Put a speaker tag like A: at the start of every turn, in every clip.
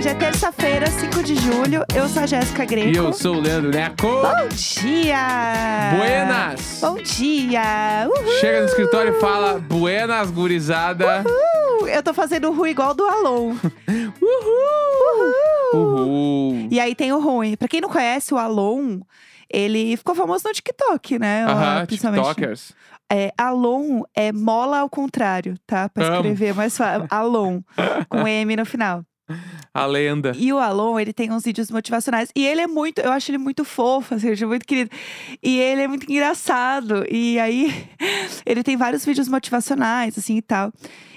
A: assim
B: é terça-feira, 5 de julho. Eu sou a Jéssica Greco.
A: E eu sou o Leandro Neco.
B: Bom dia!
A: Buenas!
B: Bom dia! Uhul!
A: Chega no escritório e fala, buenas gurizada.
B: Uhul! Eu tô fazendo o Ru igual do Alon.
A: Uhul!
B: Uhul!
A: Uhul!
B: E aí tem o ruim. Pra quem não conhece, o Alon, ele ficou famoso no TikTok, né?
A: Aham,
B: Principalmente-
A: tiktokers.
B: É, Alon é mola ao contrário, tá? Pra
A: Amo.
B: escrever, mas fa- Alon, com M no final.
A: A lenda.
B: E o Alon, ele tem uns vídeos motivacionais. E ele é muito, eu acho ele muito fofo, assim, eu acho ele muito querido. E ele é muito engraçado. E aí, ele tem vários vídeos motivacionais, assim, e tal.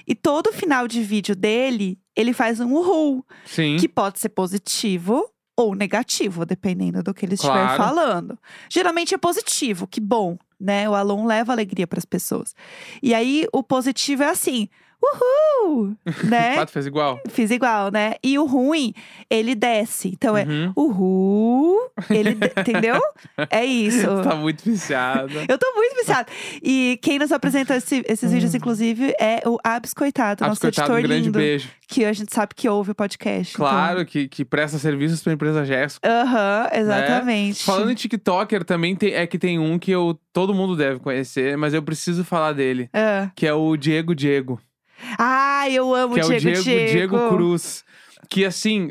B: E todo final de vídeo dele, ele faz um uhul.
A: Sim.
B: Que pode ser positivo ou negativo, dependendo do que ele estiver
A: Claro.
B: falando. Geralmente é positivo, que bom, né? O Alon leva alegria para as pessoas. E aí, o positivo é assim, uhul!
A: O
B: né?
A: Pato fez igual.
B: Fiz igual, né? E o ruim, ele desce. Então é
A: Uhum.
B: uhul, ele, de- entendeu? É isso.
A: Tá muito viciada.
B: Eu tô muito viciada. E quem nos apresentou esse- esses vídeos, inclusive, é o Abiscoitado, nosso
A: Abiscoitado,
B: editor
A: Hum. um grande
B: lindo.
A: beijo.
B: Que a gente sabe que ouve o podcast. então-
A: Claro que, que presta serviços pra empresa Jéssica.
B: Aham, exatamente.
A: Né? Falando em TikToker, também tem- é que tem um que eu, todo mundo deve conhecer, mas eu preciso falar dele.
B: Ah.
A: Que é o Diego Diego.
B: Ah, eu amo
A: que
B: o Diego
A: é o Diego, Diego Cruz. Que assim,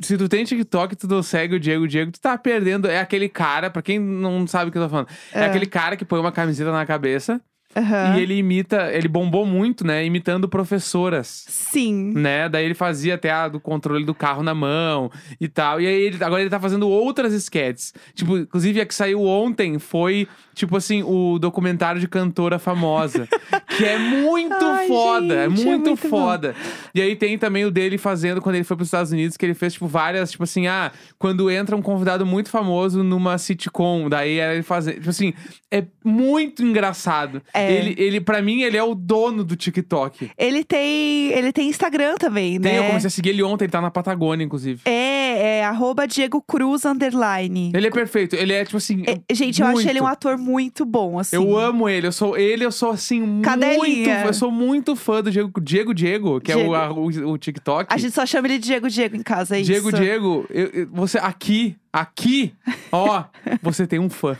A: se tu tem TikTok, tu não segue o Diego Diego, tu tá perdendo. É aquele cara, pra quem não sabe o que eu tô falando, é,
B: Ah.
A: aquele cara que põe uma camiseta na cabeça
B: Aham.
A: e ele imita, ele bombou muito, né? Imitando professoras.
B: Sim.
A: Né? Daí ele fazia até a do controle do carro na mão e tal. E aí ele, agora ele tá fazendo outras sketches. Tipo, inclusive a que saiu ontem foi, tipo assim, o documentário de cantora famosa. que é muito
B: Ai,
A: foda, é
B: gente, é
A: muito,
B: muito bom.
A: foda. E aí tem também o dele fazendo quando ele foi pros Estados Unidos, que ele fez, tipo, várias, tipo assim, ah, quando entra um convidado muito famoso numa sitcom, daí era ele fazendo. Tipo assim, é muito engraçado.
B: É.
A: Ele, ele, pra mim, ele é o dono do TikTok.
B: Ele tem, ele tem Instagram também,
A: Tem,
B: né?
A: eu comecei a seguir ele ontem, ele tá na Patagônia, inclusive.
B: É, é arroba Diego Cruz underline.
A: Ele é perfeito, ele é tipo assim.
B: É, gente, eu acho
A: muito.
B: ele um ator muito bom, assim.
A: Eu amo ele, eu sou ele, eu sou assim muito,
B: Cadelinha.
A: eu sou muito fã do Diego Diego, Diego que
B: Diego.
A: é o, a- o, o TikTok.
B: A gente só chama ele de Diego Diego em casa, é
A: Diego
B: isso.
A: Diego, eu- eu- você aqui, aqui, ó, você tem um fã.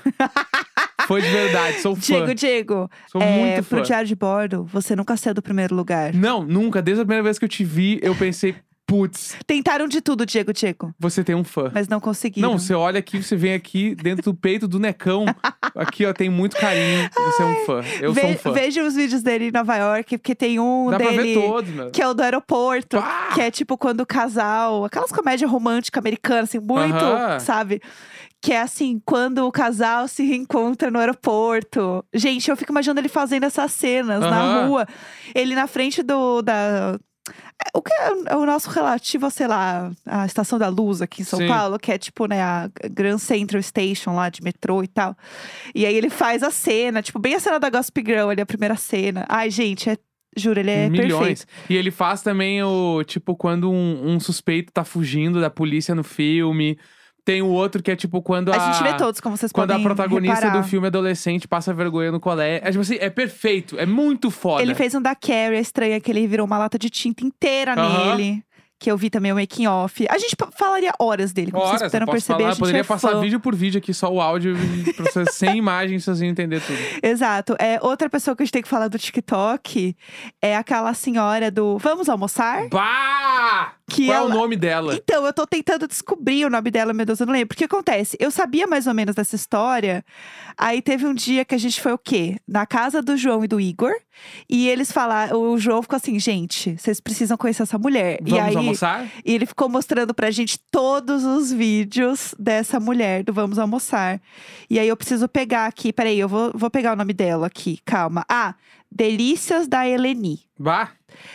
A: fã de verdade, sou
B: Diego
A: fã.
B: Diego.
A: Sou
B: é,
A: muito fã. Hum.
B: pro Diário de Bordo, você nunca saiu do primeiro lugar.
A: Não, nunca, desde a primeira vez que eu te vi, eu pensei, putz,
B: Tentaram de tudo, Diego Diego,
A: você tem um fã.
B: mas não conseguiram.
A: Não, você olha aqui, você vem aqui dentro do peito do necão. Aqui, ó, tem muito carinho. Você é um fã. Eu sou um
B: Ve-
A: fã.
B: Veja os vídeos dele em Nova York, porque tem um
A: Dá pra
B: dele.
A: ver todos, meu.
B: Que é o do aeroporto.
A: Ah!
B: Que é tipo quando o casal. Aquelas comédias românticas americanas, assim, muito,
A: Aham.
B: sabe? Que é assim, quando o casal se reencontra no aeroporto. Gente, eu fico imaginando ele fazendo essas cenas na
A: Aham.
B: rua. Ele na frente do. Da... é, O que é o- é o nosso relativo, a, sei lá, a Estação da Luz aqui em São
A: Sim.
B: Paulo, que é tipo, né, a Grand Central Station lá de metrô e tal. E aí ele faz a cena, tipo, bem a cena da Gossip Girl ali, a primeira cena. Ai, gente, é, juro, ele é perfeito.
A: Milhões. E ele faz também o. Tipo, quando um, um suspeito tá fugindo da polícia no filme. Tem o outro que é tipo quando a.
B: A gente vê todos, como vocês
A: Quando a
B: podem
A: protagonista
B: reparar.
A: do filme adolescente passa vergonha no colégio. É tipo assim, é perfeito. É muito foda.
B: Ele fez um da Carrie, a estranha, que ele virou uma lata de tinta inteira
A: Aham.
B: nele. Que eu vi também o making off. A gente pa- falaria horas dele, como vocês
A: Horas, eu
B: puderam
A: posso
B: perceber.
A: falar.
B: a gente
A: Poderia
B: é
A: passar
B: fã.
A: vídeo por vídeo aqui, só o áudio, pra vocês, sem imagem, vocês iam entender tudo.
B: Exato. É, outra pessoa que a gente tem que falar do TikTok é aquela senhora do Vamos Almoçar?
A: Bah!
B: Que
A: Qual
B: ela...
A: é o nome dela?
B: Então, eu tô tentando descobrir o nome dela, meu Deus, eu não lembro. O que acontece? Eu sabia mais ou menos dessa história. Aí teve um dia que a gente foi o quê? Na casa do João e do Igor. E eles falaram, o João ficou assim, gente, vocês precisam conhecer essa mulher. e
A: Vamos
B: aí,
A: almoçar?
B: e ele ficou mostrando pra gente todos os vídeos dessa mulher do Vamos Almoçar. E aí eu preciso pegar aqui, peraí, eu vou, vou pegar o nome dela aqui, calma. Ah, Delícias da Eleni.
A: Bah!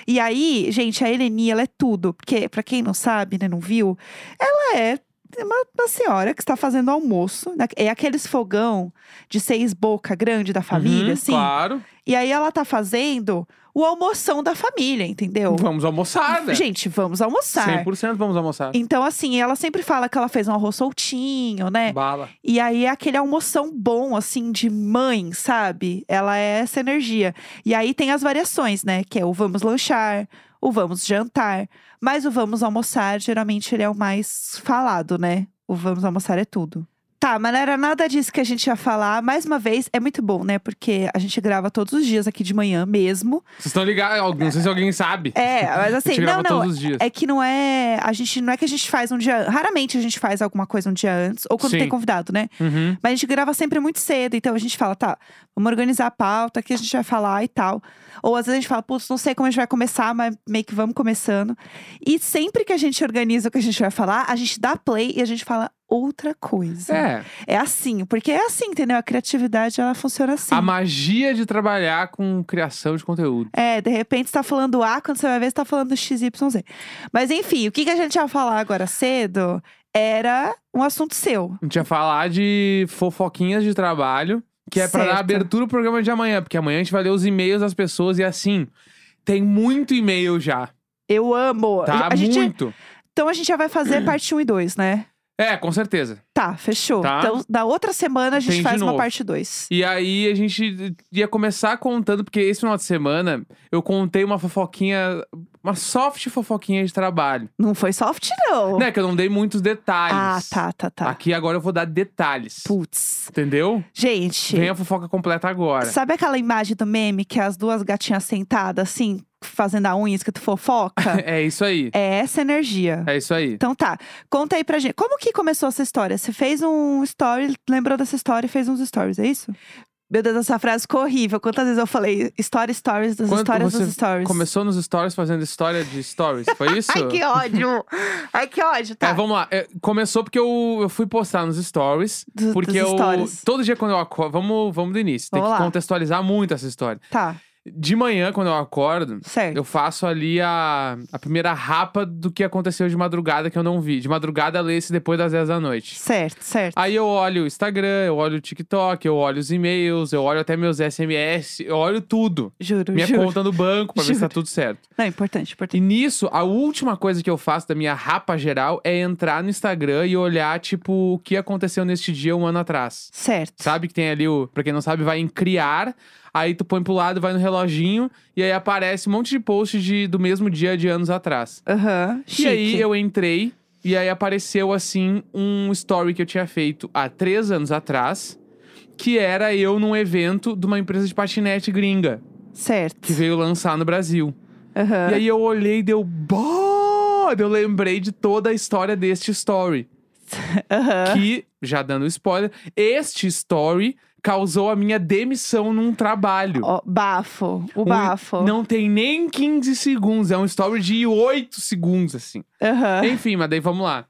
B: E aí, gente, a Eleni, ela é tudo. Porque, pra quem não sabe, né, não viu, ela é uma, uma senhora que está fazendo almoço. né, É aqueles fogão de seis boca grande da família,
A: Uhum,
B: assim.
A: Claro.
B: E aí ela tá fazendo o almoção da família, entendeu?
A: Vamos almoçar, né?
B: Gente, vamos almoçar.
A: 100% vamos almoçar.
B: Então, assim, ela sempre fala que ela fez um arroz soltinho, né?
A: Bala.
B: E aí é aquele almoção bom, assim, de mãe, sabe? Ela é essa energia. E aí tem as variações, né? Que é o vamos lanchar, o vamos jantar. Mas o vamos almoçar, geralmente, ele é o mais falado, né? O vamos almoçar é tudo. Tá, mas não era nada disso que a gente ia falar. Mais uma vez, é muito bom, né? Porque a gente grava todos os dias aqui de manhã mesmo.
A: Vocês estão ligados? Não sei se alguém sabe.
B: É, mas
A: a gente
B: assim, não,
A: grava
B: não.
A: todos os dias.
B: É que não é. A gente não é que a gente faz um dia. Raramente a gente faz alguma coisa um dia antes, ou quando
A: Sim.
B: tem convidado, né?
A: Uhum.
B: Mas a gente grava sempre muito cedo, então a gente fala, tá, vamos organizar a pauta, o que a gente vai falar e tal. Ou às vezes a gente fala, putz, não sei como a gente vai começar, mas meio que vamos começando. E sempre que a gente organiza o que a gente vai falar, a gente dá play e a gente fala outra coisa.
A: É,
B: É assim, porque é assim, entendeu? A criatividade, ela funciona assim.
A: a magia de trabalhar com criação de conteúdo.
B: É, de repente você tá falando A, quando você vai ver, você tá falando XYZ. Mas enfim, o que, que a gente ia falar agora cedo era um assunto seu.
A: A gente ia falar de fofoquinhas de trabalho, que é pra dar
B: Certo.
A: abertura ao programa de amanhã, porque amanhã a gente vai ler os e-mails das pessoas e assim, tem muito e-mail já.
B: Eu amo.
A: Tá?
B: a gente,
A: Muito.
B: Então a gente já vai fazer parte 1 e 2, né?
A: É, com certeza.
B: Tá, fechou.
A: Tá.
B: Então, da outra semana a gente
A: Tem de
B: faz uma
A: novo.
B: parte 2.
A: E aí a gente ia começar contando, porque esse final de semana eu contei uma fofoquinha, uma soft fofoquinha de trabalho.
B: Não foi soft, não.
A: Né, que eu não dei muitos
B: ah,
A: detalhes.
B: tá, tá, tá.
A: Aqui agora eu vou dar detalhes.
B: Putz.
A: Entendeu?
B: Gente,
A: Vem a fofoca completa agora.
B: sabe aquela imagem do meme que é as duas gatinhas sentadas, assim, fazendo a unha escrito fofoca?
A: É isso aí.
B: é essa energia.
A: É isso aí.
B: Então tá, conta aí pra gente. Como que começou essa história? Você fez um story, lembrou dessa história e fez uns stories, é isso? Meu Deus, essa frase ficou horrível. Quantas vezes eu falei história, stories, das
A: Quando
B: histórias
A: você
B: dos stories?
A: Começou nos stories fazendo história de stories, foi isso?
B: Ai, que ódio! Ai, que ódio, tá.
A: É, vamos lá. É, começou porque eu, eu fui postar nos stories.
B: Do-
A: porque
B: dos
A: eu.
B: stories.
A: Todo dia quando eu acordo. Vamos, vamos do início. Tem
B: Vamos
A: que
B: lá.
A: contextualizar muito essa história.
B: Tá,
A: De manhã, quando eu acordo,
B: certo.
A: eu faço ali a, a primeira rapa do que aconteceu de madrugada que eu não vi. De madrugada, lê-se depois das 10 da noite.
B: Certo, certo.
A: Aí eu olho o Instagram, eu olho o TikTok, eu olho os e-mails, eu olho até meus SMS, eu olho tudo.
B: Juro,
A: Minha
B: juro.
A: conta no banco pra ver se tá
B: Juro.
A: tudo certo.
B: Não, importante, importante.
A: E nisso, a última coisa que eu faço da minha rapa geral é entrar no Instagram e olhar, tipo, o que aconteceu neste dia um ano atrás.
B: Certo.
A: Sabe que tem ali o. Pra quem não sabe, vai em criar. Aí tu põe pro lado, vai no reloginho. E aí aparece um monte de post de, do mesmo dia de anos atrás.
B: Aham. Chique.
A: E aí eu entrei. E aí apareceu, assim, um story que eu tinha feito há três anos atrás. Que era eu num evento de uma empresa de patinete gringa.
B: Certo.
A: Que veio lançar no Brasil.
B: Aham.
A: E aí eu olhei e deu. "Bah!" Eu lembrei de toda a história deste story.
B: Aham.
A: Que, já dando spoiler, este story causou a minha demissão num trabalho.
B: Ó, bafo. O
A: Um-
B: bafo.
A: não tem nem 15 segundos, é um story de 8 segundos, assim.
B: Aham.
A: Enfim, mas daí vamos lá.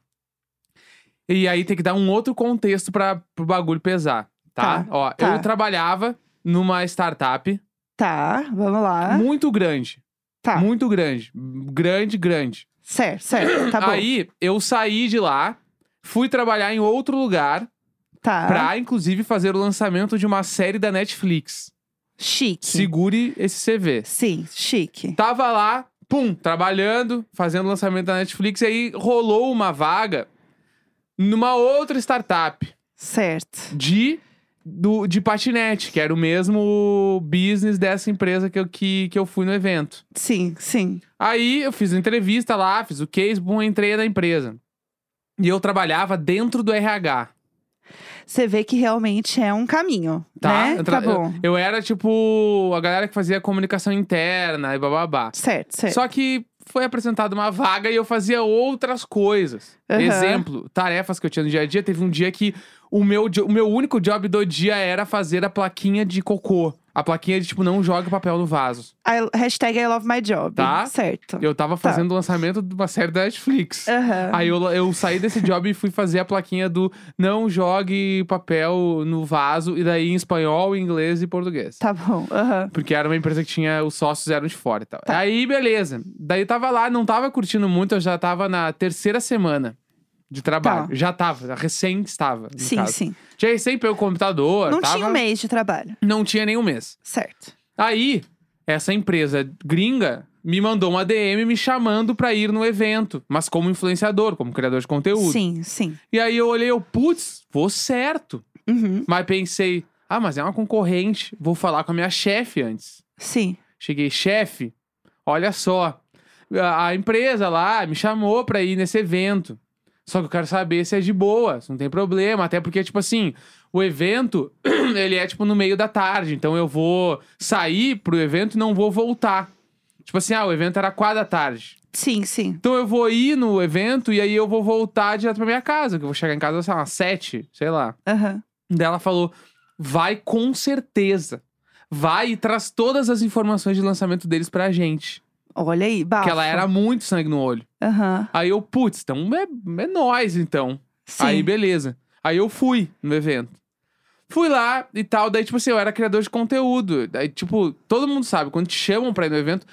A: E aí tem que dar um outro contexto para pro bagulho pesar, tá?
B: Tá,
A: Ó,
B: tá.
A: eu trabalhava numa startup
B: Tá, vamos lá.
A: muito grande.
B: Tá.
A: Muito grande. Grande, grande.
B: Certo, certo. Tá bom.
A: Aí eu saí de lá, fui trabalhar em outro lugar
B: tá.
A: pra, inclusive, fazer o lançamento de uma série da Netflix.
B: Chique.
A: Segure esse CV.
B: Sim, chique.
A: Tava lá, pum, trabalhando, fazendo o lançamento da Netflix, e aí rolou uma vaga numa outra startup
B: Certo.
A: de. Do, de patinete, que era o mesmo business dessa empresa que eu, que, que eu fui no evento.
B: Sim, sim.
A: Aí eu fiz entrevista lá, fiz o case, boom, entrei na empresa. E eu trabalhava dentro do RH.
B: Você vê que realmente é um caminho.
A: Tá?
B: Né?
A: Eu tra-
B: Tá bom.
A: Eu, eu era, tipo, a galera que fazia comunicação interna e bababá.
B: Certo, certo.
A: Só que foi apresentada uma vaga e eu fazia outras coisas.
B: Aham.
A: Exemplo, tarefas que eu tinha no dia a dia. Teve um dia que o meu, jo- o meu único job do dia era fazer a plaquinha de cocô. A plaquinha de, tipo, não joga papel no vaso.
B: I- hashtag I love my job.
A: Tá.
B: Certo.
A: Eu tava
B: Tá.
A: fazendo o lançamento de uma série da Netflix.
B: Aham.
A: Aí eu, eu saí desse job e fui fazer a plaquinha do não jogue papel no vaso. E daí em espanhol, inglês e português.
B: Tá bom. Aham.
A: Porque era uma empresa que tinha, os sócios eram de fora e tal.
B: Tá.
A: Aí, beleza. Daí eu tava lá, não tava curtindo muito, eu já tava na terceira semana de trabalho.
B: Tá.
A: Já tava, recém estava. no
B: Sim,
A: caso.
B: sim.
A: Já recém pelo computador.
B: Não
A: tava,
B: tinha um mês de trabalho.
A: Não tinha nenhum mês.
B: Certo.
A: Aí, essa empresa gringa me mandou um uma DM me chamando pra ir no evento, mas como influenciador, como criador de conteúdo.
B: Sim, sim.
A: E aí eu olhei, eu, putz, vou certo.
B: Uhum.
A: Mas pensei, ah, mas é uma concorrente, vou falar com a minha chefe antes.
B: Sim.
A: Cheguei, chefe, olha só. a, a empresa lá me chamou pra ir nesse evento. Só que eu quero saber se é de boa, se não tem problema. Até porque, tipo assim, o evento, ele é, tipo, no meio da tarde. Então eu vou sair pro evento e não vou voltar. Tipo assim, ah, o evento era quatro da tarde.
B: Sim, sim.
A: Então eu vou ir no evento e aí eu vou voltar direto pra minha casa. Que eu vou chegar em casa, sei lá, umas sete, sei lá.
B: Aham.
A: Daí ela falou: vai com certeza. Vai e traz todas as informações de lançamento deles pra gente.
B: Olha aí, bafo.
A: Porque ela era muito sangue no olho.
B: Aham.
A: Aí eu, putz, então é, é nós então.
B: Sim.
A: Aí beleza. Aí eu fui no evento. Fui lá e tal, daí tipo assim, eu era criador de conteúdo. Daí tipo, todo mundo sabe, quando te chamam pra ir no evento,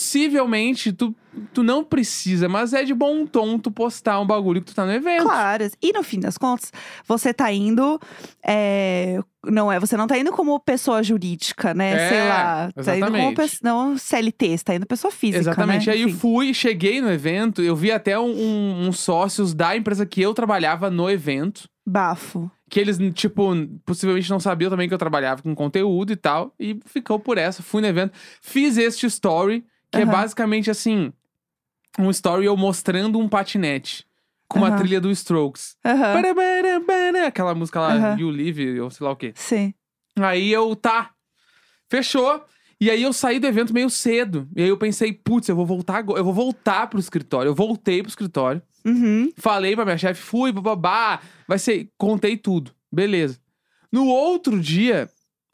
A: possivelmente tu, tu não precisa, mas é de bom tom tu postar um bagulho que tu tá no evento.
B: Claro. E no fim das contas, você tá indo. é, Não é, você não tá indo como pessoa jurídica, né?
A: É,
B: Sei lá. Tá indo como
A: exatamente.
B: pessoa. Não CLT, você tá indo pessoa física.
A: Exatamente.
B: Né?
A: Aí eu
B: Enfim.
A: fui, cheguei no evento, eu vi até um- um- uns sócios da empresa que eu trabalhava no evento.
B: Bafo.
A: Que eles, tipo, possivelmente não sabiam também que eu trabalhava com conteúdo e tal. E ficou por essa. Fui no evento. Fiz este story, que é
B: Aham.
A: basicamente assim: um story eu mostrando um patinete. Com uma
B: Aham.
A: trilha do Strokes.
B: Aham.
A: Bara, bara, bara, aquela música lá,
B: Aham.
A: You Live, ou sei lá o quê.
B: Sim.
A: Aí eu, tá. Fechou. E aí eu saí do evento meio cedo. E aí eu pensei, putz, eu vou voltar agora. Eu vou voltar pro escritório. Eu voltei pro escritório.
B: Uhum.
A: Falei pra minha chefe, fui, bababá. Vai ser. Contei tudo. Beleza. No outro dia,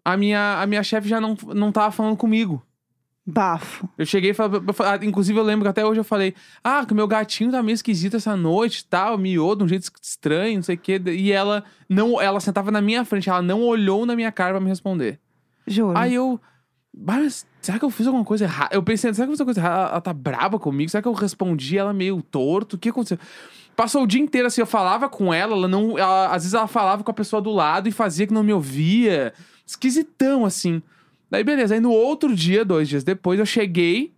A: a minha, a minha chefe já não, não tava falando comigo.
B: Bafo.
A: Eu cheguei e falei, eu falei- ah, inclusive eu lembro que até hoje eu falei, ah, que o meu gatinho tá meio esquisito essa noite e tal, miou de um jeito estranho, não sei o quê. E ela não, ela sentava na minha frente, ela não olhou na minha cara pra me responder.
B: Juro.
A: Aí eu. "Bah, mas será que eu fiz alguma coisa errada? Eu pensei, será que eu fiz alguma coisa errada? Ela- Ela tá braba comigo? Será que eu respondi ela meio torto? O que aconteceu? Passou o dia inteiro assim, eu falava com ela, ela não. ela- às vezes ela falava com a pessoa do lado e fazia que não me ouvia. Esquisitão, assim. Daí, beleza. Aí no outro dia, dois dias depois, eu cheguei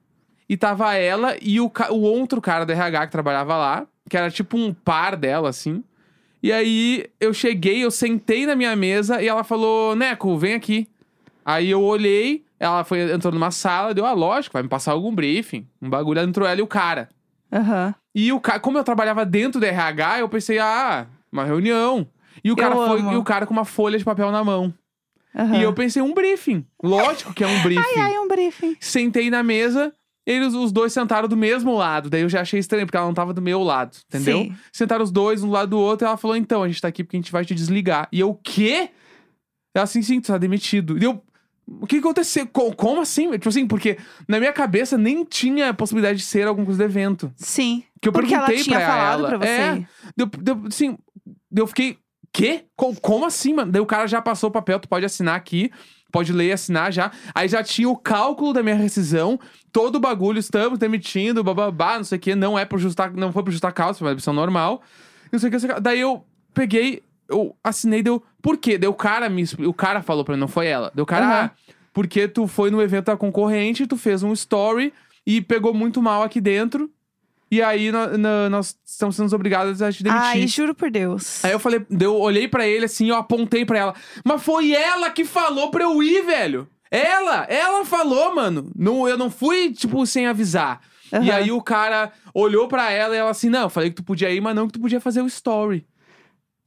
A: e tava ela e o, ca- o outro cara do RH que trabalhava lá, que era tipo um par dela, assim. E aí eu cheguei, eu sentei na minha mesa e ela falou: Neco, vem aqui. Aí eu olhei, ela foi, entrou numa sala, deu, ah, lógico, vai me passar algum briefing, um bagulho, Aí entrou ela e o cara.
B: Aham.
A: E o cara, como eu trabalhava dentro do RH, eu pensei, ah, uma reunião. E o, cara foi,
B: amo.
A: e o cara com uma folha de papel na mão.
B: Aham.
A: E eu pensei, um briefing. Lógico que é um briefing.
B: E aí, um briefing.
A: Sentei na mesa, eles, os dois sentaram do mesmo lado. Daí eu já achei estranho, porque ela não tava do meu lado, entendeu?
B: Sim.
A: Sentaram os dois um do lado do outro, e ela falou: então, a gente tá aqui porque a gente vai te desligar. E eu, o quê? Ela assim, sim, tu tá demitido. E eu. O que que aconteceu? Co- Como assim? Tipo assim, porque na minha cabeça nem tinha a possibilidade de ser alguma coisa do evento.
B: Sim.
A: Que eu
B: Porque ela
A: perguntei
B: tinha
A: pra
B: falado
A: ela.
B: pra você.
A: É. Deu, deu, assim, eu fiquei. Quê? Co- como assim, mano? Daí o cara já passou o papel, tu pode assinar aqui, pode ler e assinar já. Aí já tinha o cálculo da minha rescisão, todo o bagulho, estamos demitindo, bababá, não sei o que, não é por justar, não foi por justar causa, foi uma demissão normal. Não sei o que, não sei o que. Daí eu peguei, eu assinei, deu. Por quê? Daí o cara me expli- O cara falou pra mim, não foi ela. Deu o cara,
B: Aham.
A: ah, porque tu foi no evento da concorrente, tu fez um story e pegou muito mal aqui dentro. E aí nó- nó- nós estamos sendo obrigados a te demitir.
B: Ai, juro por Deus.
A: Aí eu falei, eu olhei pra ele assim, eu apontei pra ela. Mas foi ela que falou pra eu ir, velho. Ela, ela falou, mano. Não, eu não fui, tipo, sem avisar. E
B: Aham.
A: aí o cara olhou pra ela e ela assim, não, eu falei que tu podia ir, mas não que tu podia fazer o story.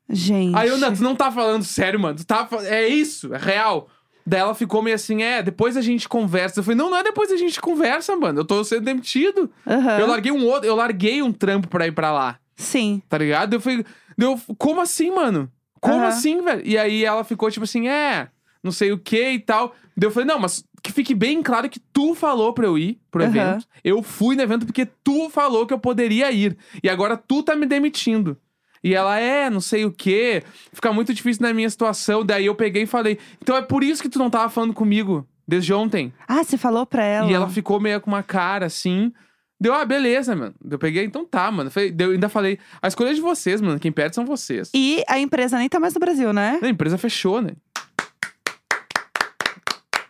B: Gente.
A: Aí eu, não, tu não tá falando sério, mano. Tu tá, fa- é isso, é real. Daí ela ficou meio assim, é, depois a gente conversa. Eu falei, não, não é depois a gente conversa, mano. Eu tô sendo demitido.
B: Aham.
A: Eu larguei um outro, eu larguei um trampo pra ir pra lá
B: Sim.
A: tá ligado? Eu fui. Deu, como assim, mano? Como
B: Aham.
A: assim, velho? E aí ela ficou tipo assim, é, não sei o que e tal. Daí eu falei, não, mas que fique bem claro que tu falou pra eu ir pro
B: Aham.
A: evento. Eu fui no evento porque tu falou que eu poderia ir. E agora tu tá me demitindo. E ela é, não sei o que, fica muito difícil na minha situação. Daí eu peguei e falei, então é por isso que tu não tava falando comigo desde ontem.
B: Ah, você falou pra ela.
A: E ela ficou meio com uma cara assim. Deu, ah, beleza, mano. Eu peguei, então tá, mano. Falei, deu, ainda falei, a escolha é de vocês, mano. Quem perde são vocês.
B: E a empresa nem tá mais no Brasil, né?
A: A empresa fechou, né?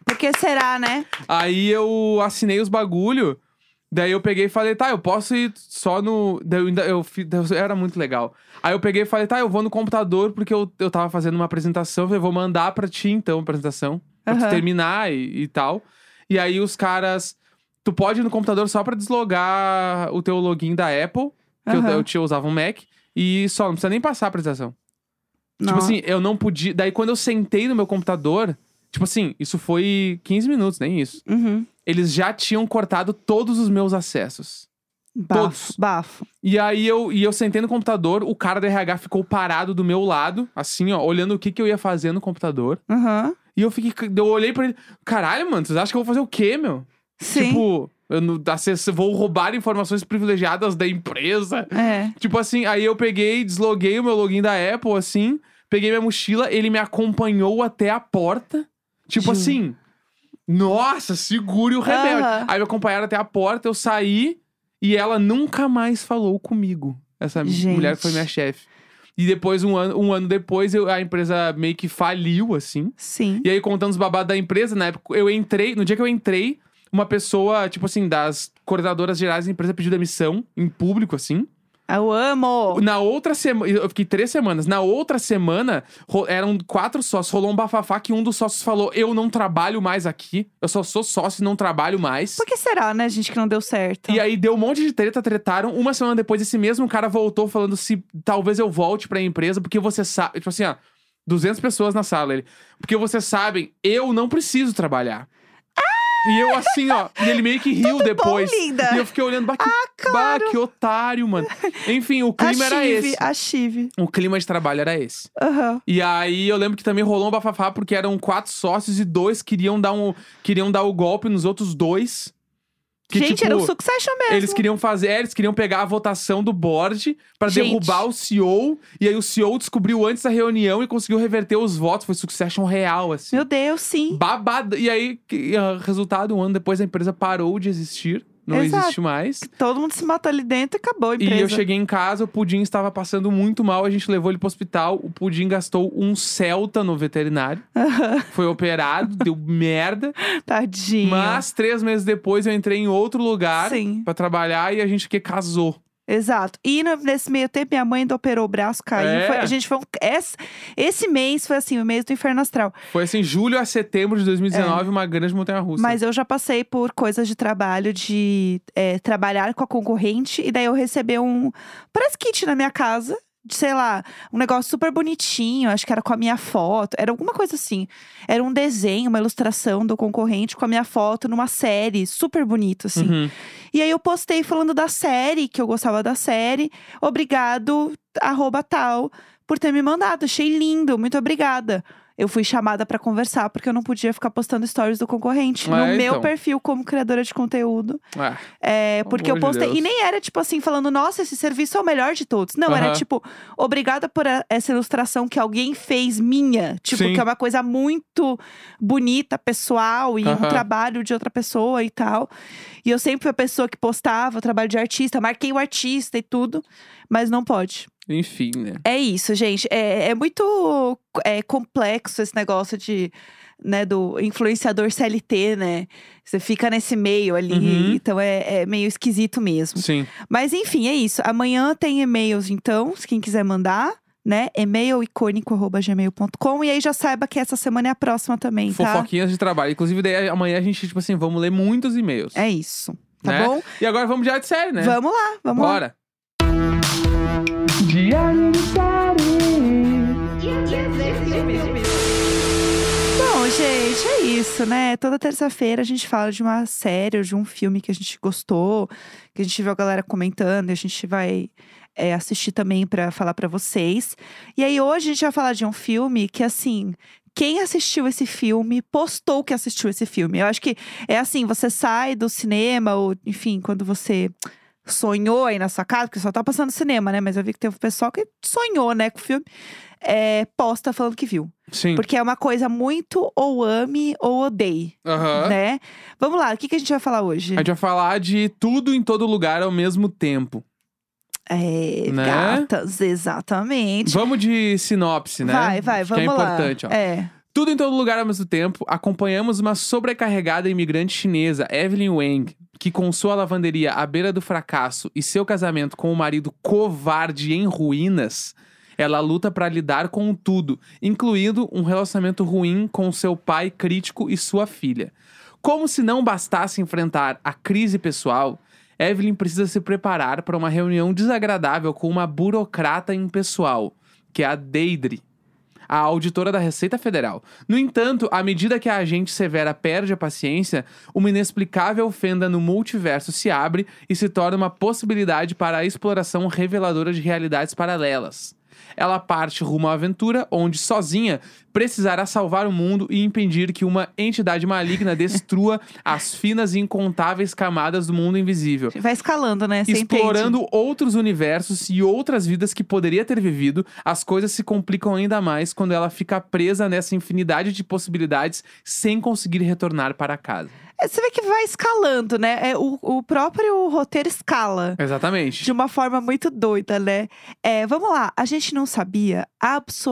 B: Porque será, né?
A: Aí eu assinei os bagulho. Daí eu peguei e falei, tá, eu posso ir só no. Daí eu ainda. Eu, fi- daí eu- era muito legal. Aí eu peguei e falei, tá, eu vou no computador porque eu, eu tava fazendo uma apresentação. Eu falei, vou mandar pra ti então a apresentação. Pra tu
B: Aham.
A: terminar e, e tal. E aí os caras. Tu pode ir no computador só pra deslogar o teu login da Apple, que eu,
B: Aham.
A: eu tinha- usava um Mac, e só, não precisa nem passar a apresentação. Tipo
B: Não.
A: assim, eu não podia. Daí quando eu sentei no meu computador, tipo assim, isso foi 15 minutos, nem isso.
B: Uhum.
A: Eles já tinham cortado todos os meus acessos.
B: Bafo,
A: Todos.
B: Bafo.
A: E aí eu, e eu sentei no computador, o cara do RH ficou parado do meu lado, assim, ó, olhando o que, que eu ia fazer no computador.
B: Aham.
A: E eu fiquei. Eu olhei pra ele. Caralho, mano, vocês acham que eu vou fazer o quê, meu?
B: Sim.
A: Tipo, eu não, acess- vou roubar informações privilegiadas da empresa.
B: É.
A: Tipo assim, aí eu peguei, desloguei o meu login da Apple, assim, peguei minha mochila, ele me acompanhou até a porta. Tipo
B: Juro.
A: assim, nossa, segure o rebelde.
B: Aham.
A: Aí me acompanharam até a porta, eu saí e ela nunca mais falou comigo. Essa
B: Gente.
A: mulher que foi minha chefe. E depois, um ano, um ano depois, eu- a empresa meio que faliu, assim.
B: Sim.
A: E aí, contando os babados da empresa, na época, eu entrei, no dia que eu entrei, uma pessoa, tipo assim, das coordenadoras gerais da empresa pediu demissão em público, assim.
B: Ah, Eu amo.
A: Na outra semana, eu fiquei três semanas. Na outra semana, ro- eram quatro sócios. Rolou um bafafá que um dos sócios falou: Eu não trabalho mais aqui. Eu só sou sócio e não trabalho mais.
B: Por que será, né, gente, que não deu certo?
A: E aí deu um monte de treta, tretaram. Uma semana depois, esse mesmo cara voltou falando se talvez eu volte pra empresa, porque você sabe. Tipo assim, ó, 200 pessoas na sala. Ele, porque vocês sabem, eu não preciso trabalhar. E eu assim, ó, e ele meio que riu depois.
B: Ah! Bom, Ah, linda.
A: E eu fiquei olhando, bah, que, bah, que otário, mano. Enfim, o
B: A
A: clima era
B: Chive,
A: esse.
B: A Chive.
A: O clima de trabalho era esse.
B: Aham.
A: E aí eu lembro que também rolou um bafafá, porque eram quatro sócios e dois queriam dar, um, queriam dar o golpe nos outros dois. Que,
B: Gente,
A: tipo,
B: era um sucesso mesmo.
A: eles queriam fazer, é, eles queriam pegar a votação do board pra
B: Gente.
A: derrubar o CEO. E aí o CEO descobriu antes da reunião e conseguiu reverter os votos. Foi succession real, assim.
B: Meu Deus, sim.
A: Babado. E aí, que- ah, resultado, um ano depois a empresa parou de existir. Não
B: Exato.
A: existe mais.
B: Todo mundo se matou ali dentro e acabou a
A: E
B: empresa.
A: eu cheguei em casa, o Pudim estava passando muito mal, a gente levou ele pro hospital. O Pudim gastou um Celta no veterinário. Foi operado, deu merda.
B: Tadinho.
A: Mas três meses depois eu entrei em outro lugar
B: Sim,
A: pra trabalhar e a gente que casou.
B: exato. E no- nesse meio tempo, minha mãe ainda operou o braço, caiu.
A: É.
B: Foi- a gente foi um, esse, esse mês foi assim, o mês do inferno astral.
A: Foi assim, julho a setembro de 2019, uma grande montanha russa.
B: É. Mas eu já passei por coisas de trabalho, de é, trabalhar com a concorrente, e daí eu recebi um press kit na minha casa. De, sei lá, um negócio super bonitinho, acho que era com a minha foto, era alguma coisa assim. Era um desenho, uma ilustração do concorrente com a minha foto numa série, super bonito, assim.
A: Uhum.
B: E aí eu postei falando da série, que eu gostava da série. Obrigado, arroba tal, por ter me mandado. Achei lindo, muito obrigada. Eu fui chamada pra conversar, porque eu não podia ficar postando stories do concorrente.
A: É,
B: no meu
A: então.
B: perfil como criadora de conteúdo.
A: Ah,
B: É,
A: Pelo
B: porque eu
A: amor de
B: postei.
A: Deus.
B: e nem era, tipo assim, falando, nossa, esse serviço é o melhor de todos. Não, era
A: Aham.
B: tipo, obrigada por a- essa ilustração que alguém fez minha. Tipo,
A: Sim.
B: que é uma coisa muito bonita, pessoal, e um
A: Aham.
B: trabalho de outra pessoa e tal. E eu sempre fui a pessoa que postava o trabalho de artista, marquei o artista e tudo, mas não pode.
A: enfim, né?
B: É isso, gente. É, é muito é, complexo esse negócio de. Né, do influenciador CLT, né? Você fica nesse meio ali,
A: Uhum.
B: então é, é meio esquisito mesmo.
A: Sim.
B: Mas enfim, é isso. Amanhã tem e-mails, então, se quem quiser mandar, né? e-mailicônico.gmail.com. E aí já saiba que essa semana é a próxima também, tá?
A: Fofoquinhas de trabalho. Inclusive, daí amanhã a gente, tipo assim, vamos ler muitos e-mails.
B: É isso. Tá
A: Né?
B: bom?
A: E agora vamos diário de série, né?
B: Vamos lá, vamos lá.
A: Bora. Diário de série.
B: Bom, gente, é isso, né? Toda terça-feira a gente fala de uma série ou de um filme que a gente gostou, que a gente viu a galera comentando, e a gente vai é, assistir também pra falar pra vocês. E aí hoje a gente vai falar de um filme que, assim, quem assistiu esse filme postou que assistiu esse filme. Eu acho que é assim, você sai do cinema, ou enfim, quando você sonhou aí na sua casa, porque só tá passando cinema, né? Mas eu vi que teve um pessoal que sonhou, né, com o filme, é, posta falando que viu.
A: Sim.
B: Porque é uma coisa muito ou ame ou odeie,
A: Aham.
B: né? Vamos lá, o que, que a gente vai falar hoje?
A: A gente vai falar de tudo em todo lugar ao mesmo tempo.
B: É,
A: Né?
B: gatas, exatamente.
A: Vamos de sinopse, né?
B: Vai, vai,
A: Acho
B: vamos
A: que é
B: lá.
A: importante, ó.
B: É,
A: Tudo em todo lugar ao mesmo tempo, acompanhamos uma sobrecarregada imigrante chinesa, Evelyn Wang, que com sua lavanderia à beira do fracasso e seu casamento com o marido covarde em ruínas, ela luta para lidar com tudo, incluindo um relacionamento ruim com seu pai crítico e sua filha. Como se não bastasse enfrentar a crise pessoal, Evelyn precisa se preparar para uma reunião desagradável com uma burocrata impessoal, que é a Deidre, a auditora da Receita Federal. No entanto, à medida que a agente severa perde a paciência, uma inexplicável fenda no multiverso se abre e se torna uma possibilidade para a exploração reveladora de realidades paralelas. Ela parte rumo à aventura, onde sozinha precisará salvar o mundo e impedir que uma entidade maligna destrua as finas e incontáveis camadas do mundo invisível
B: Vai escalando, né? Você
A: explorando outros universos e outras vidas que poderia ter vivido, as coisas se complicam ainda mais quando ela fica presa nessa infinidade de possibilidades sem conseguir retornar para casa.
B: entende. É, Você vê que vai escalando, né? É, o, o próprio roteiro escala.
A: Exatamente.
B: De uma forma muito doida, né? É, vamos lá, a gente não sabia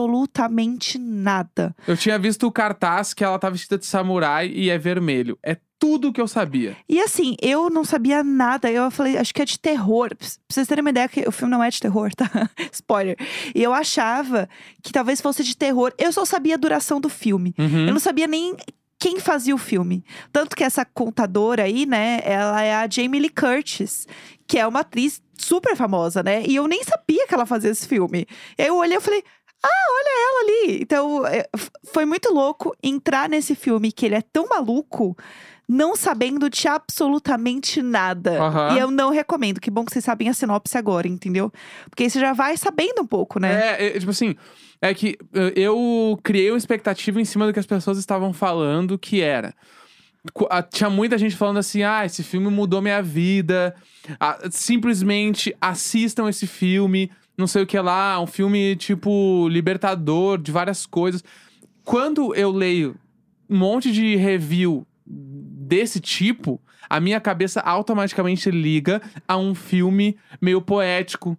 B: absolutamente nada.
A: Eu tinha visto o cartaz que ela tá vestida de samurai e é vermelho. É tudo que eu sabia.
B: E assim, eu não sabia nada. Eu falei, acho que é de terror. Pra vocês terem uma ideia que o filme não é de terror, tá? Spoiler. E eu achava que talvez fosse de terror. Eu só sabia a duração do filme.
A: Uhum.
B: Eu não sabia nem quem fazia o filme. Tanto que essa contadora aí, né, ela é a Jamie Lee Curtis, que é uma atriz super famosa, né? E eu nem sabia que ela fazia esse filme. E aí eu olhei e falei. Ah, olha ela ali! Então, é, f- foi muito louco entrar nesse filme que ele é tão maluco, não sabendo de absolutamente nada.
A: Aham.
B: E eu não recomendo. Que bom que vocês sabem a sinopse agora, entendeu? Porque aí você já vai sabendo um pouco, né?
A: É, é, tipo assim, é que eh, eu criei uma expectativa em cima do que as pessoas estavam falando que era. Qu- ah, Tinha muita gente falando assim, ah, esse filme mudou minha vida. Ah, simplesmente assistam esse filme, não sei o que lá, um filme tipo libertador de várias coisas. Quando eu leio um monte de review desse tipo, a minha cabeça automaticamente liga a um filme meio poético,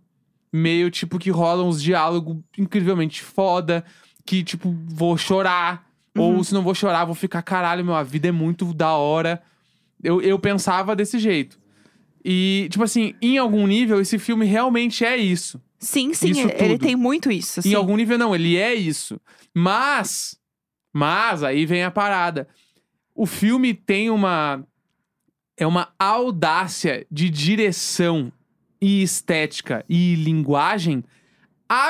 A: meio tipo que rola uns diálogos incrivelmente foda, que tipo, vou chorar, ou se não vou chorar, vou ficar caralho, meu, a vida é muito da hora. Eu, eu pensava desse jeito. E, tipo assim, em algum nível, esse filme realmente é isso.
B: Sim, sim,
A: Isso
B: ele
A: tudo.
B: tem muito isso.
A: Em
B: assim.
A: algum nível, não, ele é isso. Mas, mas, aí vem a parada. O filme tem uma. É uma audácia de direção e estética e linguagem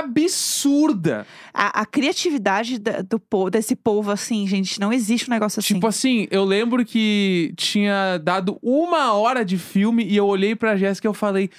A: absurda.
B: A, a criatividade da- do povo, desse povo, assim, gente, não existe um negócio assim.
A: Tipo assim, eu lembro que tinha dado uma hora de filme e eu olhei pra Jéssica e eu falei.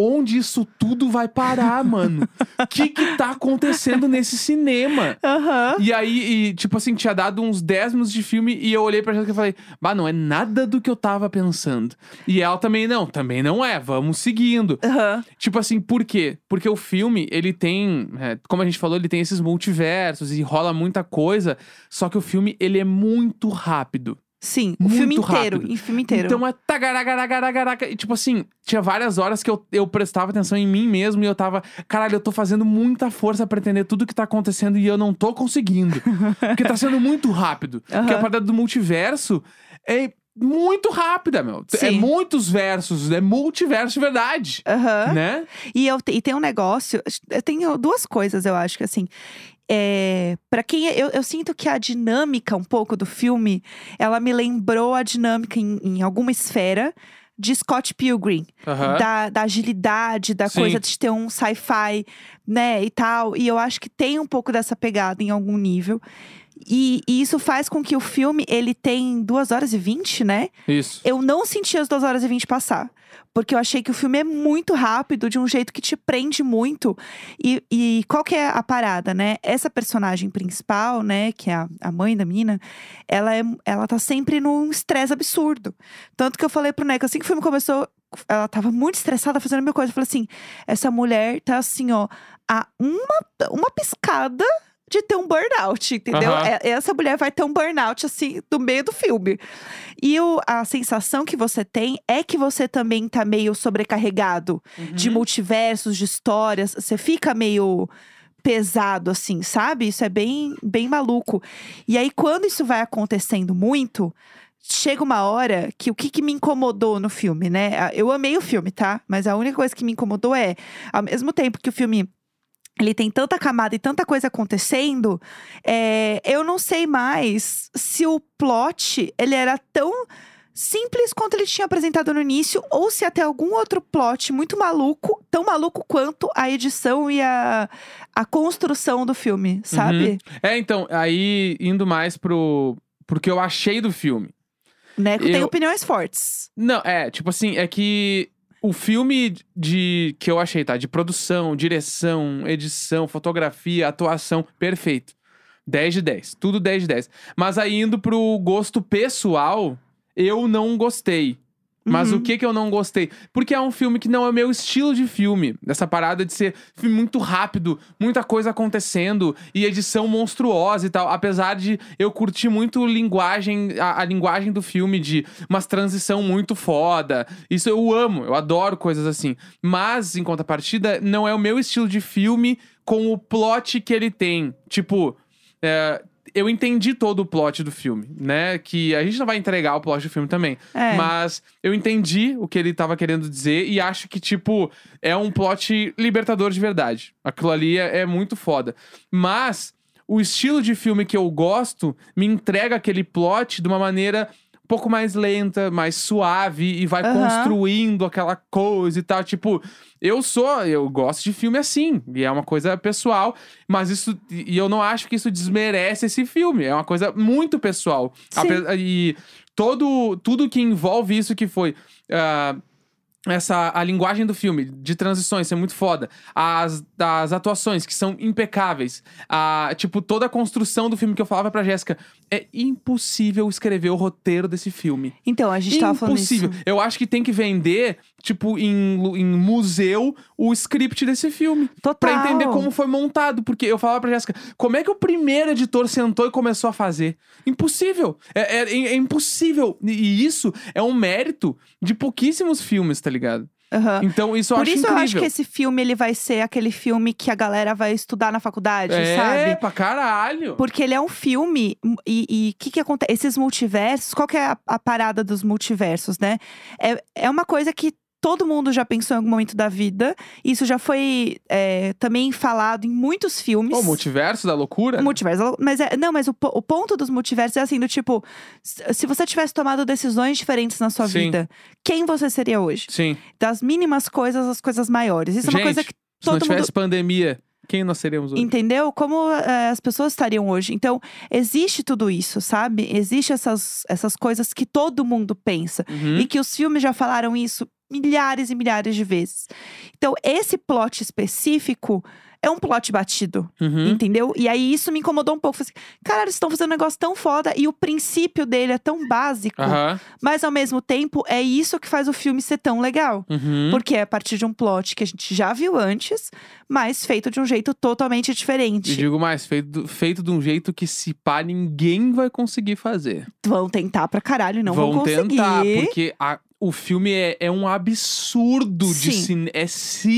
A: Onde isso tudo vai parar, mano? O que que tá acontecendo nesse cinema?
B: Aham.
A: E aí, e, tipo assim, tinha dado uns 10 minutos de filme e eu olhei pra Jéssica e falei, bah, não é nada do que eu tava pensando. E ela também, não, também não é, vamos seguindo.
B: Aham.
A: Tipo assim, por quê? Porque o filme, ele tem, é, como a gente falou, ele tem esses multiversos e rola muita coisa, só que o filme, ele é muito rápido.
B: Sim, o
A: Muito
B: filme inteiro.
A: rápido.
B: Em filme inteiro.
A: Então é tagaragaragaragaraca. E tipo assim, tinha várias horas que eu, eu prestava atenção em mim mesmo e eu tava, caralho, eu tô fazendo muita força pra entender tudo que tá acontecendo e eu não tô conseguindo. porque tá sendo muito rápido. Porque a
B: Aham.
A: parada do multiverso é muito rápida, meu. É
B: Sim.
A: muitos versos, é multiverso de verdade.
B: Aham.
A: Né?
B: E, eu, te- e tem um negócio. Eu tenho duas coisas, eu acho que assim. É, para quem eu, eu sinto que a dinâmica um pouco do filme ela me lembrou a dinâmica em, em alguma esfera de Scott Pilgrim
A: Aham.
B: da, da agilidade da
A: Sim.
B: coisa de ter um sci-fi né e tal e eu acho que tem um pouco dessa pegada em algum nível e, e isso faz com que o filme ele tem 2 horas e 20 né
A: Isso.
B: eu não senti as 2 horas e 20 passar. Porque eu achei que o filme é muito rápido, de um jeito que te prende muito. E, e qual que é a parada, né? Essa personagem principal, né, que é a, a mãe da menina, ela, é, ela tá sempre num estresse absurdo. Tanto que eu falei pro Neco, assim que o filme começou, ela tava muito estressada fazendo a minha coisa. Eu falei assim: essa mulher tá assim, ó, a uma, uma piscada de ter um burnout, entendeu?
A: Aham.
B: É- Essa mulher vai ter um burnout, assim, do meio do filme. E o- a sensação que você tem é que você também tá meio sobrecarregado de multiversos, de histórias. Você fica meio pesado, assim, sabe? Isso é bem, bem maluco. E aí, quando isso vai acontecendo muito. Chega uma hora que o que, que me incomodou no filme, né? Ah, Eu amei o filme, tá? Mas a única coisa que me incomodou é, ao mesmo tempo que o filme ele tem tanta camada e tanta coisa acontecendo, é, eu não sei mais se o plot ele era tão simples quanto ele tinha apresentado no início, ou se até algum outro plot muito maluco, tão maluco quanto a edição e a, a construção do
A: Uhum.
B: filme, sabe?
A: É, então, aí indo mais pro. Porque eu achei do filme.
B: Neco Né? tem
A: Eu-
B: opiniões fortes.
A: Não, é, tipo assim, é que o filme de que eu achei, tá? De produção, direção, edição, fotografia, atuação, perfeito. 10 de 10, tudo 10 de 10. Mas aí indo pro gosto pessoal, eu não gostei. Mas
B: Uhum.
A: o que que eu não gostei? Porque é um filme que não é o meu estilo de filme. Essa parada de ser filme muito rápido, muita coisa acontecendo e edição monstruosa e tal. Apesar de eu curtir muito linguagem, a, a linguagem do filme de umas transição muito foda. Isso eu amo, eu adoro coisas assim. Mas, em contrapartida, não é o meu estilo de filme com o plot que ele tem. Tipo, é, eu entendi todo o plot do filme, né? Que a gente não vai entregar o plot do filme também.
B: É.
A: Mas eu entendi o que ele tava querendo dizer e acho que, tipo, é um plot libertador de verdade. Aquilo ali é, é muito foda. Mas o estilo de filme que eu gosto me entrega aquele plot de uma maneira um pouco mais lenta, mais suave e vai
B: Aham.
A: construindo aquela coisa e tal. Tipo, eu sou, eu gosto de filme assim, e é uma coisa pessoal, mas isso, e eu não acho que isso desmerece esse filme, é uma coisa muito pessoal.
B: Sim.
A: Ape- E todo, tudo que envolve isso que foi. ah, essa a linguagem do filme de transições isso é muito foda as das atuações que são impecáveis a tipo toda a construção do filme que eu falava pra Jéssica é impossível escrever o roteiro desse filme
B: Então, a gente tava falando isso.
A: impossível eu acho que tem que vender tipo em, lu- em museu o script desse filme
B: Total.
A: Pra entender como foi montado, porque eu falava pra Jéssica, como é que o primeiro editor sentou e começou a fazer? Impossível! É, é- é impossível! E- E isso é um mérito de pouquíssimos filmes, tá ligado?
B: Aham.
A: Então isso eu
B: Por
A: acho
B: isso eu acho
A: incrível.
B: que é esse filme ele vai ser aquele filme que a galera vai estudar na faculdade,
A: é,
B: sabe?
A: pra caralho!
B: Porque ele é um filme e o que que acontece? Esses multiversos, qual que é a, a parada dos multiversos, né? É, é uma coisa que todo mundo já pensou em algum momento da vida. Isso já foi é, também falado em muitos filmes.
A: O multiverso da loucura?
B: Multiverso. Mas é- não, mas o, po- o ponto dos multiversos é assim, do tipo, se se você tivesse tomado decisões diferentes na sua
A: Sim.
B: vida, quem você seria hoje?
A: Sim.
B: Das mínimas coisas às coisas maiores. Isso é
A: Gente,
B: uma coisa que
A: Se não
B: todo mundo
A: tivesse pandemia, quem nós seríamos hoje?
B: Entendeu? Como eh, as pessoas estariam hoje. Então, existe tudo isso, sabe? Existe essas, essas coisas que todo mundo pensa.
A: Uhum.
B: E que os filmes já falaram isso milhares e milhares de vezes. Então, esse plot específico é um plot batido,
A: Uhum.
B: entendeu? E aí isso me incomodou um pouco. Falei assim, Caralho, eles estão fazendo um negócio tão foda e o princípio dele é tão básico.
A: Uhum. Aham.
B: Mas ao mesmo tempo, é isso que faz o filme ser tão legal.
A: Uhum.
B: Porque é a partir de um plot que a gente já viu antes, mas feito de um jeito totalmente
A: E
B: diferente.
A: digo mais, feito, feito de um jeito que se pá, ninguém vai conseguir fazer.
B: Vão tentar pra caralho e não vão,
A: vão
B: conseguir.
A: tentar, porque a- o filme é, é um absurdo de
B: Sim.
A: cine, é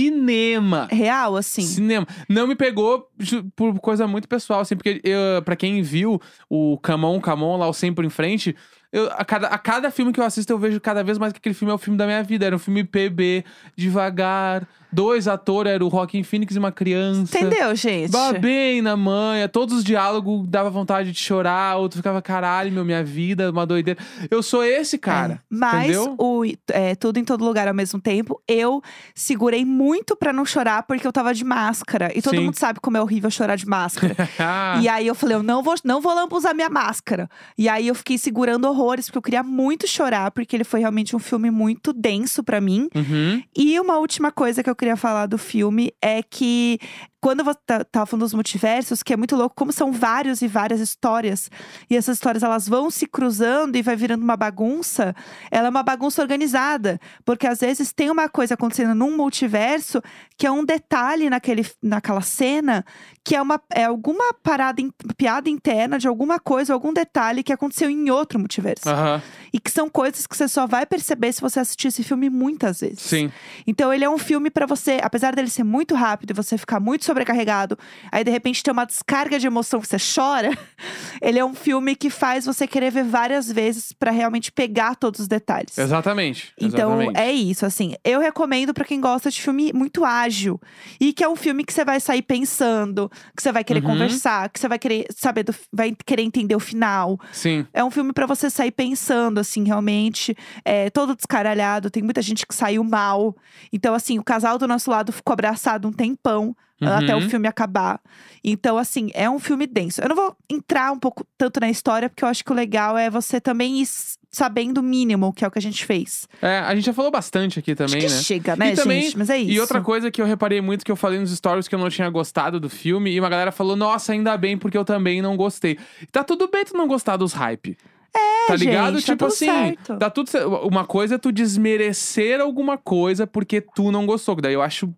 A: cinema.
B: Real, assim.
A: Cinema. Não me pegou ju- por coisa muito pessoal, assim, porque eu, pra quem viu o Camon, Camon lá, o Sempre em Frente, eu- a, cada, a cada filme que eu assisto eu vejo cada vez mais que aquele filme é o filme da minha vida. Era um filme PB, devagar, dois atores, era o Rockin' Phoenix e uma criança.
B: Entendeu, gente? É.
A: Babei na manha, todos os diálogos dava vontade de chorar, outro ficava, caralho, meu, minha vida, uma doideira. Eu sou esse cara.
B: É. Mas
A: entendeu?
B: o é, Tudo em Todo Lugar ao mesmo tempo, eu segurei muito pra não chorar, porque eu tava de máscara. E todo
A: Sim.
B: mundo sabe como é horrível chorar de máscara. É. E aí eu falei, eu não vou, não vou lambuzar minha máscara. E aí eu fiquei segurando horrores, porque eu queria muito chorar, porque ele foi realmente um filme muito denso pra mim.
A: Uhum,
B: E uma última coisa que eu queria falar do filme é que quando você tá- tava falando dos multiversos, que é muito louco, como são vários e várias histórias, e essas histórias elas vão se cruzando e vai virando uma bagunça, ela é uma bagunça organizada, porque às vezes tem uma coisa acontecendo num multiverso que é um detalhe naquele, naquela cena, que é uma é alguma parada in- piada interna de alguma coisa, algum detalhe que aconteceu em outro multiverso.
A: aham,
B: E que são coisas que você só vai perceber se você assistir esse filme muitas vezes.
A: sim.
B: Então ele é um filme pra você, apesar dele ser muito rápido e você ficar muito sobrecarregado, aí de repente tem uma descarga de emoção que você chora, ele é um filme que faz você querer ver várias vezes pra realmente pegar todos os detalhes.
A: Exatamente.
B: Então
A: exatamente.
B: é isso, assim. Eu recomendo pra quem gosta de filme muito ágil e que é um filme que você vai sair pensando, que você vai querer
A: Uhum.
B: conversar, que você vai querer saber do, vai querer entender o final.
A: Sim.
B: É um filme pra você sair pensando, assim, realmente. É todo descaralhado, tem muita gente que saiu mal. Então, assim, o casal do nosso lado ficou abraçado um tempão.
A: Uhum.
B: Até o filme acabar. Então, assim, é um filme denso. Eu não vou entrar um pouco tanto na história, porque eu acho que o legal é você também ir s- sabendo o mínimo, que é o que a gente fez.
A: É, a gente já falou bastante aqui também,
B: acho que
A: né?
B: chega, né,
A: E também-
B: gente? Mas é isso.
A: E outra coisa que eu reparei muito que eu falei nos stories que eu não tinha gostado do filme, e uma galera falou: nossa, ainda bem, porque eu também não gostei. Tá tudo bem tu não gostar dos hype. É, tá
B: gente,
A: ligado?
B: tá
A: tipo
B: tudo
A: assim,
B: certo.
A: tá tudo certo. Uma coisa é tu desmerecer alguma coisa porque tu não gostou. que Daí eu acho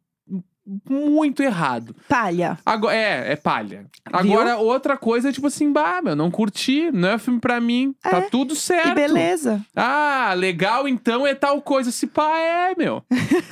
A: muito errado.
B: Palha.
A: Agora, é, é palha.
B: Viu?
A: Agora, outra coisa é tipo assim, bah, meu, não curti, não é filme pra mim. Tá
B: É.
A: tudo certo.
B: E beleza.
A: Ah, legal então é tal coisa. Se pá, é, meu.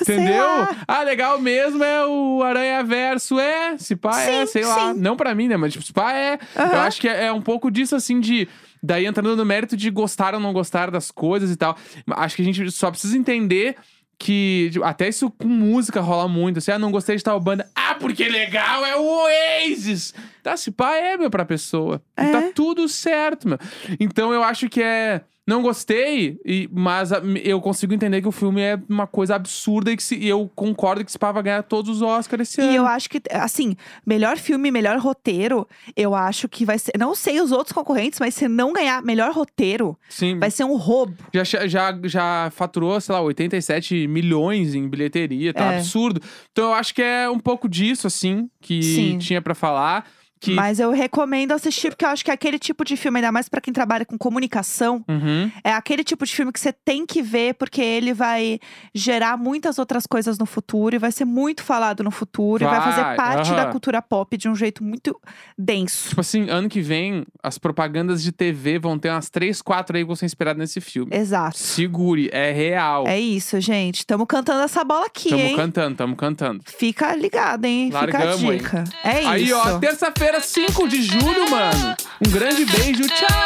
A: Entendeu?
B: lá.
A: Ah, legal mesmo é o Aranha Verso, é. Se pá, é,
B: Sim,
A: sei lá.
B: sim.
A: Não pra mim, né? Mas tipo, se pá, é.
B: Aham.
A: Eu acho que é, é um pouco disso, assim, de. Daí entrando no mérito de gostar ou não gostar das coisas e tal. Acho que a gente só precisa entender que. tipo, até isso com música rola muito. Assim, ah, não gostei de tal banda. Ah, porque legal é o Oasis! Tá, se pá, é, meu, pra pessoa.
B: É.
A: Tá tudo certo, meu. Então eu acho que é. Não gostei, e- mas a- eu consigo entender que o filme é uma coisa absurda e que se- e eu concordo que se pá vai ganhar todos os Oscars esse ano.
B: E eu acho que, assim, melhor filme, melhor roteiro, eu acho que vai ser. Não sei os outros concorrentes, mas se não ganhar melhor roteiro,
A: Sim,
B: vai ser um roubo.
A: Já, che- já, já faturou, sei lá, 87 milhões em bilheteria, tá
B: É.
A: absurdo. Então eu acho que é um pouco disso, assim, que
B: Sim.
A: tinha pra falar. Que...
B: Mas eu recomendo assistir, porque eu acho que é aquele tipo de filme, ainda mais pra quem trabalha com comunicação,
A: Uhum.
B: é aquele tipo de filme que você tem que ver, porque ele vai gerar muitas outras coisas no futuro e vai ser muito falado no futuro e vai
A: Vai,
B: fazer parte
A: aham.
B: da cultura pop de um jeito muito denso.
A: Tipo assim, ano que vem, as propagandas de TV vão ter umas 3, 4 aí que vão ser inspiradas nesse filme.
B: Exato.
A: Segure, é real.
B: É isso, gente. Tamo cantando essa bola aqui,
A: tamo
B: hein?
A: cantando, tamo cantando.
B: Fica ligado, hein?
A: Largamos,
B: Fica a
A: hein?
B: dica. É
A: Aí,
B: isso.
A: ó, terça-feira, 5 de julho, mano. Um grande beijo, tchau!